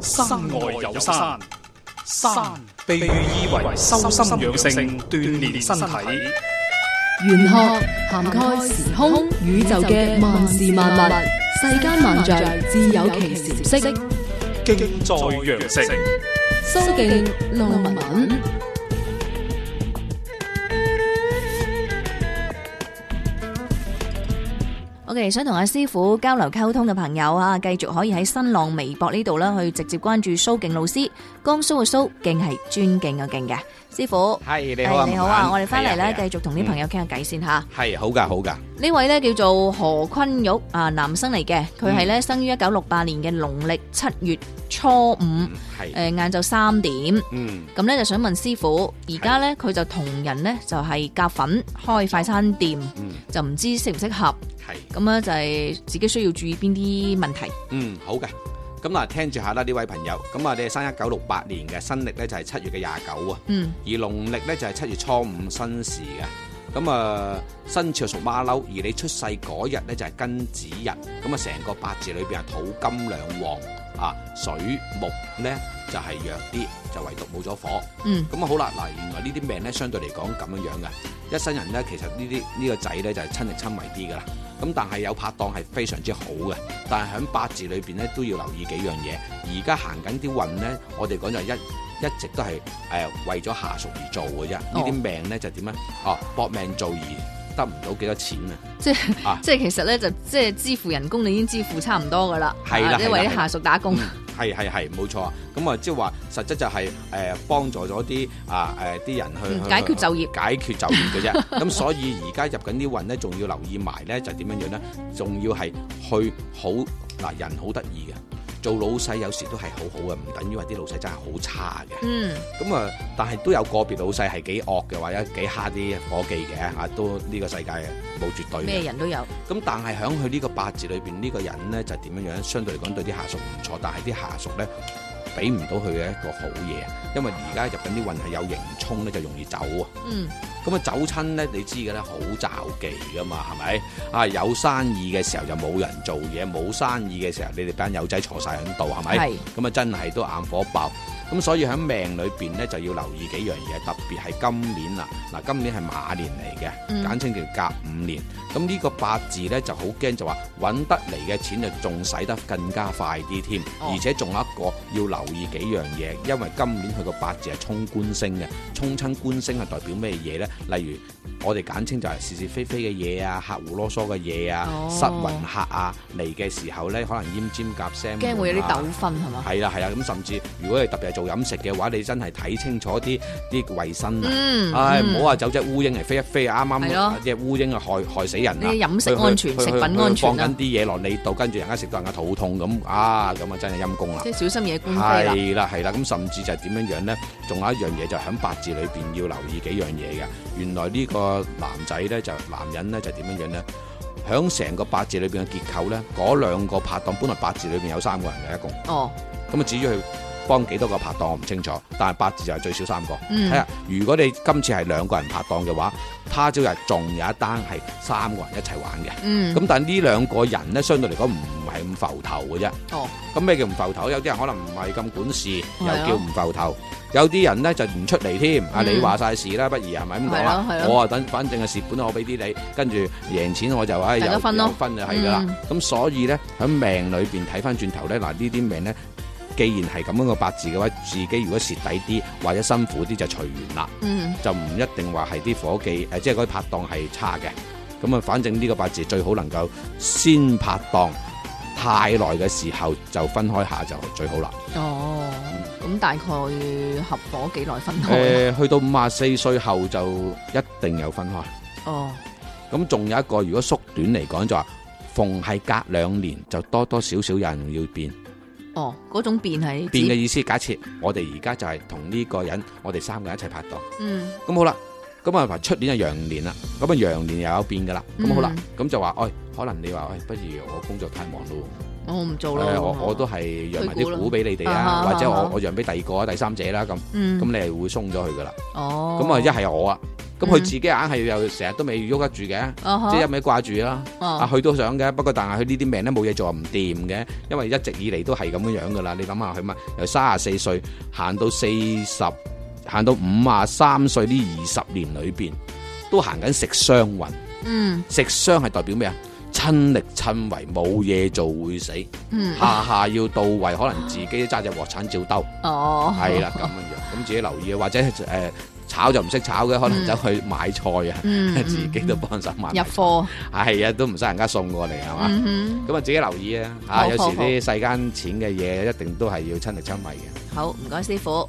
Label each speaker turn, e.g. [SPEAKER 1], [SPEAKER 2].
[SPEAKER 1] 山外有山，山被喻意為修心養性、鍛煉身體。
[SPEAKER 2] 玄學涵蓋時空宇宙嘅萬事萬物，世間萬象自有其時色。
[SPEAKER 1] 敬在羊城，
[SPEAKER 2] 蘇敬路文。
[SPEAKER 3] 我哋想同阿師傅交流溝通嘅朋友啊，繼續可以喺新浪微博呢度啦，去直接關注蘇敬老師。江蘇嘅蘇，敬係尊敬嘅敬嘅。師傅，
[SPEAKER 4] 係你好啊，
[SPEAKER 3] 係你好
[SPEAKER 4] 文
[SPEAKER 3] 啊！
[SPEAKER 4] 文
[SPEAKER 3] 我哋翻嚟
[SPEAKER 4] 係啊
[SPEAKER 3] 咧，
[SPEAKER 4] 係啊
[SPEAKER 3] 繼續同啲朋友傾下偈先吓。
[SPEAKER 4] 係好噶，好噶，
[SPEAKER 3] 呢位咧叫做何坤玉啊，男生嚟嘅，佢係
[SPEAKER 4] 嗯
[SPEAKER 3] 咧生於一九六八年嘅農曆七月初五，
[SPEAKER 4] 嗯係，
[SPEAKER 3] 誒晏晝三點。
[SPEAKER 4] 嗯
[SPEAKER 3] 咁咧就想問師傅，而家咧佢就同人咧就係夾粉開快餐店，
[SPEAKER 4] 嗯
[SPEAKER 3] 就唔知適唔適合。
[SPEAKER 4] 係，
[SPEAKER 3] 咁啊咧就係自己需要注意邊啲問題。
[SPEAKER 4] 嗯好嘅。咁嗱，聽住下啦，呢位朋友。咁啊，你係生一九六八年嘅，新歷咧就係七月嘅廿九啊，
[SPEAKER 3] 嗯
[SPEAKER 4] 而農曆咧就係七月初五新時嘅。咁啊，生肖屬馬騮，而你出世嗰日咧就係庚子日。咁啊，成個八字裏邊係土金兩旺啊，水木咧就係弱啲，就唯獨冇咗火。
[SPEAKER 3] 嗯
[SPEAKER 4] 咁啊好啦，嗱，原來呢啲命咧相對嚟講咁樣樣嘅，一生人咧其實呢啲呢個仔咧就係親力親為啲噶啦。咁但係有拍檔係非常之好嘅，但係喺八字裏邊咧都要留意幾樣嘢。而家行緊啲運咧，我哋講就係一一直都係誒、呃、為咗下屬而做嘅啫。呢
[SPEAKER 3] 哦
[SPEAKER 4] 啲命咧就點咧？哦，搏命做而得唔到幾多錢啊！
[SPEAKER 3] 即係、
[SPEAKER 4] 啊
[SPEAKER 3] 即係其實咧就即係支付人工，你已經支付差唔多噶啦，
[SPEAKER 4] 係啦
[SPEAKER 3] 啊即係
[SPEAKER 4] 係啦
[SPEAKER 3] 為啲下屬打工。
[SPEAKER 4] 係係係，冇錯啊！咁啊，即係話實質就係、誒、幫助咗啲啊誒啲人去
[SPEAKER 3] 嗯
[SPEAKER 4] 去
[SPEAKER 3] 解決就業
[SPEAKER 4] 解決就業嘅 啫。咁所以而家入緊啲運咧，仲要留意埋咧，就點樣樣咧？仲要係去好嗱，人好得意嘅，做老細有時都係好好嘅，唔等於話啲老細真係好差嘅。
[SPEAKER 3] 嗯
[SPEAKER 4] 咁啊，但係都有個別老細係幾惡嘅，或者幾蝦啲伙計嘅嚇，都呢個世界冇絕對嘅。
[SPEAKER 3] 咩人都有。
[SPEAKER 4] 咁但係喺佢呢個八字裏邊，呢、個人呢就點樣樣？相對嚟講對啲下屬唔錯，但係啲下屬呢俾唔到佢嘅一個好嘢，因為而家入緊啲運係有刑沖呢，就容易走啊。
[SPEAKER 3] 嗯
[SPEAKER 4] 咁啊走親呢，你知嘅咧好詐忌噶嘛，係咪？啊有生意嘅時候就冇人做嘢，冇生意嘅時候你哋班友仔坐晒喺度，係咪？
[SPEAKER 3] 係
[SPEAKER 4] 咁啊真係都眼火爆。咁所以喺命裏邊呢，就要留意幾樣嘢，特別係今年啦。嗱，今年係馬年嚟嘅。
[SPEAKER 3] 嗯
[SPEAKER 4] 簡稱叫甲五年。咁呢個八字呢就好驚，就話揾得嚟嘅錢就仲使得更加快啲添，
[SPEAKER 3] 哦
[SPEAKER 4] 而且仲有一個要留意幾樣嘢，因為今年佢個八字係衝官星嘅，衝親官星係代表咩嘢呢？例如我哋簡稱就係是是非非嘅嘢啊，客戶囉嗦嘅嘢啊，
[SPEAKER 3] 哦
[SPEAKER 4] 失魂客啊，嚟嘅時候呢，可能奄尖夾聲，
[SPEAKER 3] 驚會有啲糾紛係嘛？
[SPEAKER 4] 係啦係啦，咁甚至如果係特別係做飲食嘅話，你真係睇清楚啲啲衞生啊。
[SPEAKER 3] 嗯，
[SPEAKER 4] 唉，
[SPEAKER 3] 嗯
[SPEAKER 4] 唔好話走只烏蠅嚟飛一飛，啊啱
[SPEAKER 3] 係咯
[SPEAKER 4] 啱只烏蠅啊害害死人啦！
[SPEAKER 3] 呢啲飲食
[SPEAKER 4] 佢佢
[SPEAKER 3] 安全
[SPEAKER 4] 佢
[SPEAKER 3] 食
[SPEAKER 4] 佢
[SPEAKER 3] 品
[SPEAKER 4] 佢
[SPEAKER 3] 安全啊
[SPEAKER 4] 放緊啲嘢落你度，跟住人家食到人家肚痛咁啊，咁啊真係陰公啦
[SPEAKER 3] 即！係小心惹官非啦。
[SPEAKER 4] 係啦係啦，咁甚至就係點樣樣呢？仲有一樣嘢就喺八字裏邊要留意幾樣嘢嘅。原來呢個男仔呢，就男人呢，就點樣樣呢？響成個八字裏邊嘅結構呢，嗰兩個拍檔本來八字裏邊有三個人嘅一共，
[SPEAKER 3] 哦，
[SPEAKER 4] 咁啊至於佢幫幾多個拍檔我唔清楚，但係八字就係最少三個。睇
[SPEAKER 3] 嗯
[SPEAKER 4] 下，如果你今次係兩個人拍檔嘅話，他朝日仲有一單係三個人一齊玩嘅。
[SPEAKER 3] 嗯，
[SPEAKER 4] 咁但係呢兩個人呢，相對嚟講唔係咁浮頭嘅啫。
[SPEAKER 3] 哦，
[SPEAKER 4] 咁咩叫唔浮頭？有啲人可能唔係咁管事，又
[SPEAKER 3] 係啊
[SPEAKER 4] 叫唔浮頭。有啲人呢就唔出嚟添。啊，
[SPEAKER 3] 嗯
[SPEAKER 4] 你話晒事啦，不如係咪咁講
[SPEAKER 3] 係
[SPEAKER 4] 啦
[SPEAKER 3] 咯係？咯
[SPEAKER 4] 我啊等，反正係蝕本，我俾啲你，跟住贏錢我就唉
[SPEAKER 3] 大家
[SPEAKER 4] 有
[SPEAKER 3] 分咯
[SPEAKER 4] 有分就係㗎啦
[SPEAKER 3] 嗯。
[SPEAKER 4] 咁所以呢，喺命裏邊睇翻轉頭呢，嗱呢啲命呢，既然係咁樣個八字嘅話，自己如果蝕底啲或者辛苦啲就隨緣啦。
[SPEAKER 3] 嗯
[SPEAKER 4] 就唔一定話係啲伙計誒、呃即係嗰啲拍檔係差嘅。咁啊，反正呢個八字最好能夠先拍檔，太耐嘅時候就分開下就最好啦。
[SPEAKER 3] 哦，咁大概合伙幾耐分
[SPEAKER 4] 誒、
[SPEAKER 3] 開啊？
[SPEAKER 4] 去到五十四歲後就一定有分開。
[SPEAKER 3] 哦，
[SPEAKER 4] 咁仲有一個，如果縮短嚟講就話，逢係隔兩年就多多少少有人要變。
[SPEAKER 3] 哦，嗰種變係
[SPEAKER 4] 變嘅
[SPEAKER 3] 指
[SPEAKER 4] 意思，假設我哋而家就係同呢個人，我哋三個人一齊拍檔。
[SPEAKER 3] 嗯
[SPEAKER 4] 咁好啦，咁啊話出年就羊年啦，咁啊羊年又有變噶啦，咁好啦，
[SPEAKER 3] 嗯
[SPEAKER 4] 咁就話，哎，可能你話，哎，不如我工作太忙咯，
[SPEAKER 3] 我唔做
[SPEAKER 4] 哎
[SPEAKER 3] 啦。
[SPEAKER 4] 我我都係讓埋
[SPEAKER 3] 退股啦
[SPEAKER 4] 啲股俾你哋
[SPEAKER 3] 啊
[SPEAKER 4] 啊，
[SPEAKER 3] 哈
[SPEAKER 4] 或者
[SPEAKER 3] 啊
[SPEAKER 4] 我
[SPEAKER 3] 哈
[SPEAKER 4] 我讓俾第二個啊、第三者啦，咁咁
[SPEAKER 3] 嗯
[SPEAKER 4] 你係會鬆咗佢噶啦，
[SPEAKER 3] 哦
[SPEAKER 4] 咁啊一係我啊，咁佢
[SPEAKER 3] 嗯
[SPEAKER 4] 自己硬係又成日都未喐得住嘅，
[SPEAKER 3] 啊哈
[SPEAKER 4] 即係一味掛住啦。
[SPEAKER 3] 哦
[SPEAKER 4] 啊，佢都想嘅，不過但係佢呢啲命咧冇嘢做唔掂嘅，因為一直以嚟都係咁樣樣噶啦。你諗下佢嘛，由三十四歲行到四十，行到五啊三歲呢二十年裏邊，都行緊食傷運。
[SPEAKER 3] 嗯
[SPEAKER 4] 食傷係代表咩啊？親力親為，冇嘢做會死，
[SPEAKER 3] 嗯，
[SPEAKER 4] 下下要到位，可能自己揸只鑊鏟照兜，
[SPEAKER 3] 哦，
[SPEAKER 4] 係啦咁樣樣。咁自己留意，或者誒、呃炒就唔識炒嘅，可能走去買菜啊，
[SPEAKER 3] 嗯，嗯，
[SPEAKER 4] 自己都幫手買
[SPEAKER 3] 入貨，
[SPEAKER 4] 係啊，都唔使人家送過嚟係嘛。
[SPEAKER 3] 嗯哼，
[SPEAKER 4] 咁啊，自己留意啊！
[SPEAKER 3] 好
[SPEAKER 4] 啊，有時
[SPEAKER 3] 好好
[SPEAKER 4] 啲世間錢嘅嘢，一定都係要親力親為嘅。
[SPEAKER 3] 好，唔該師傅。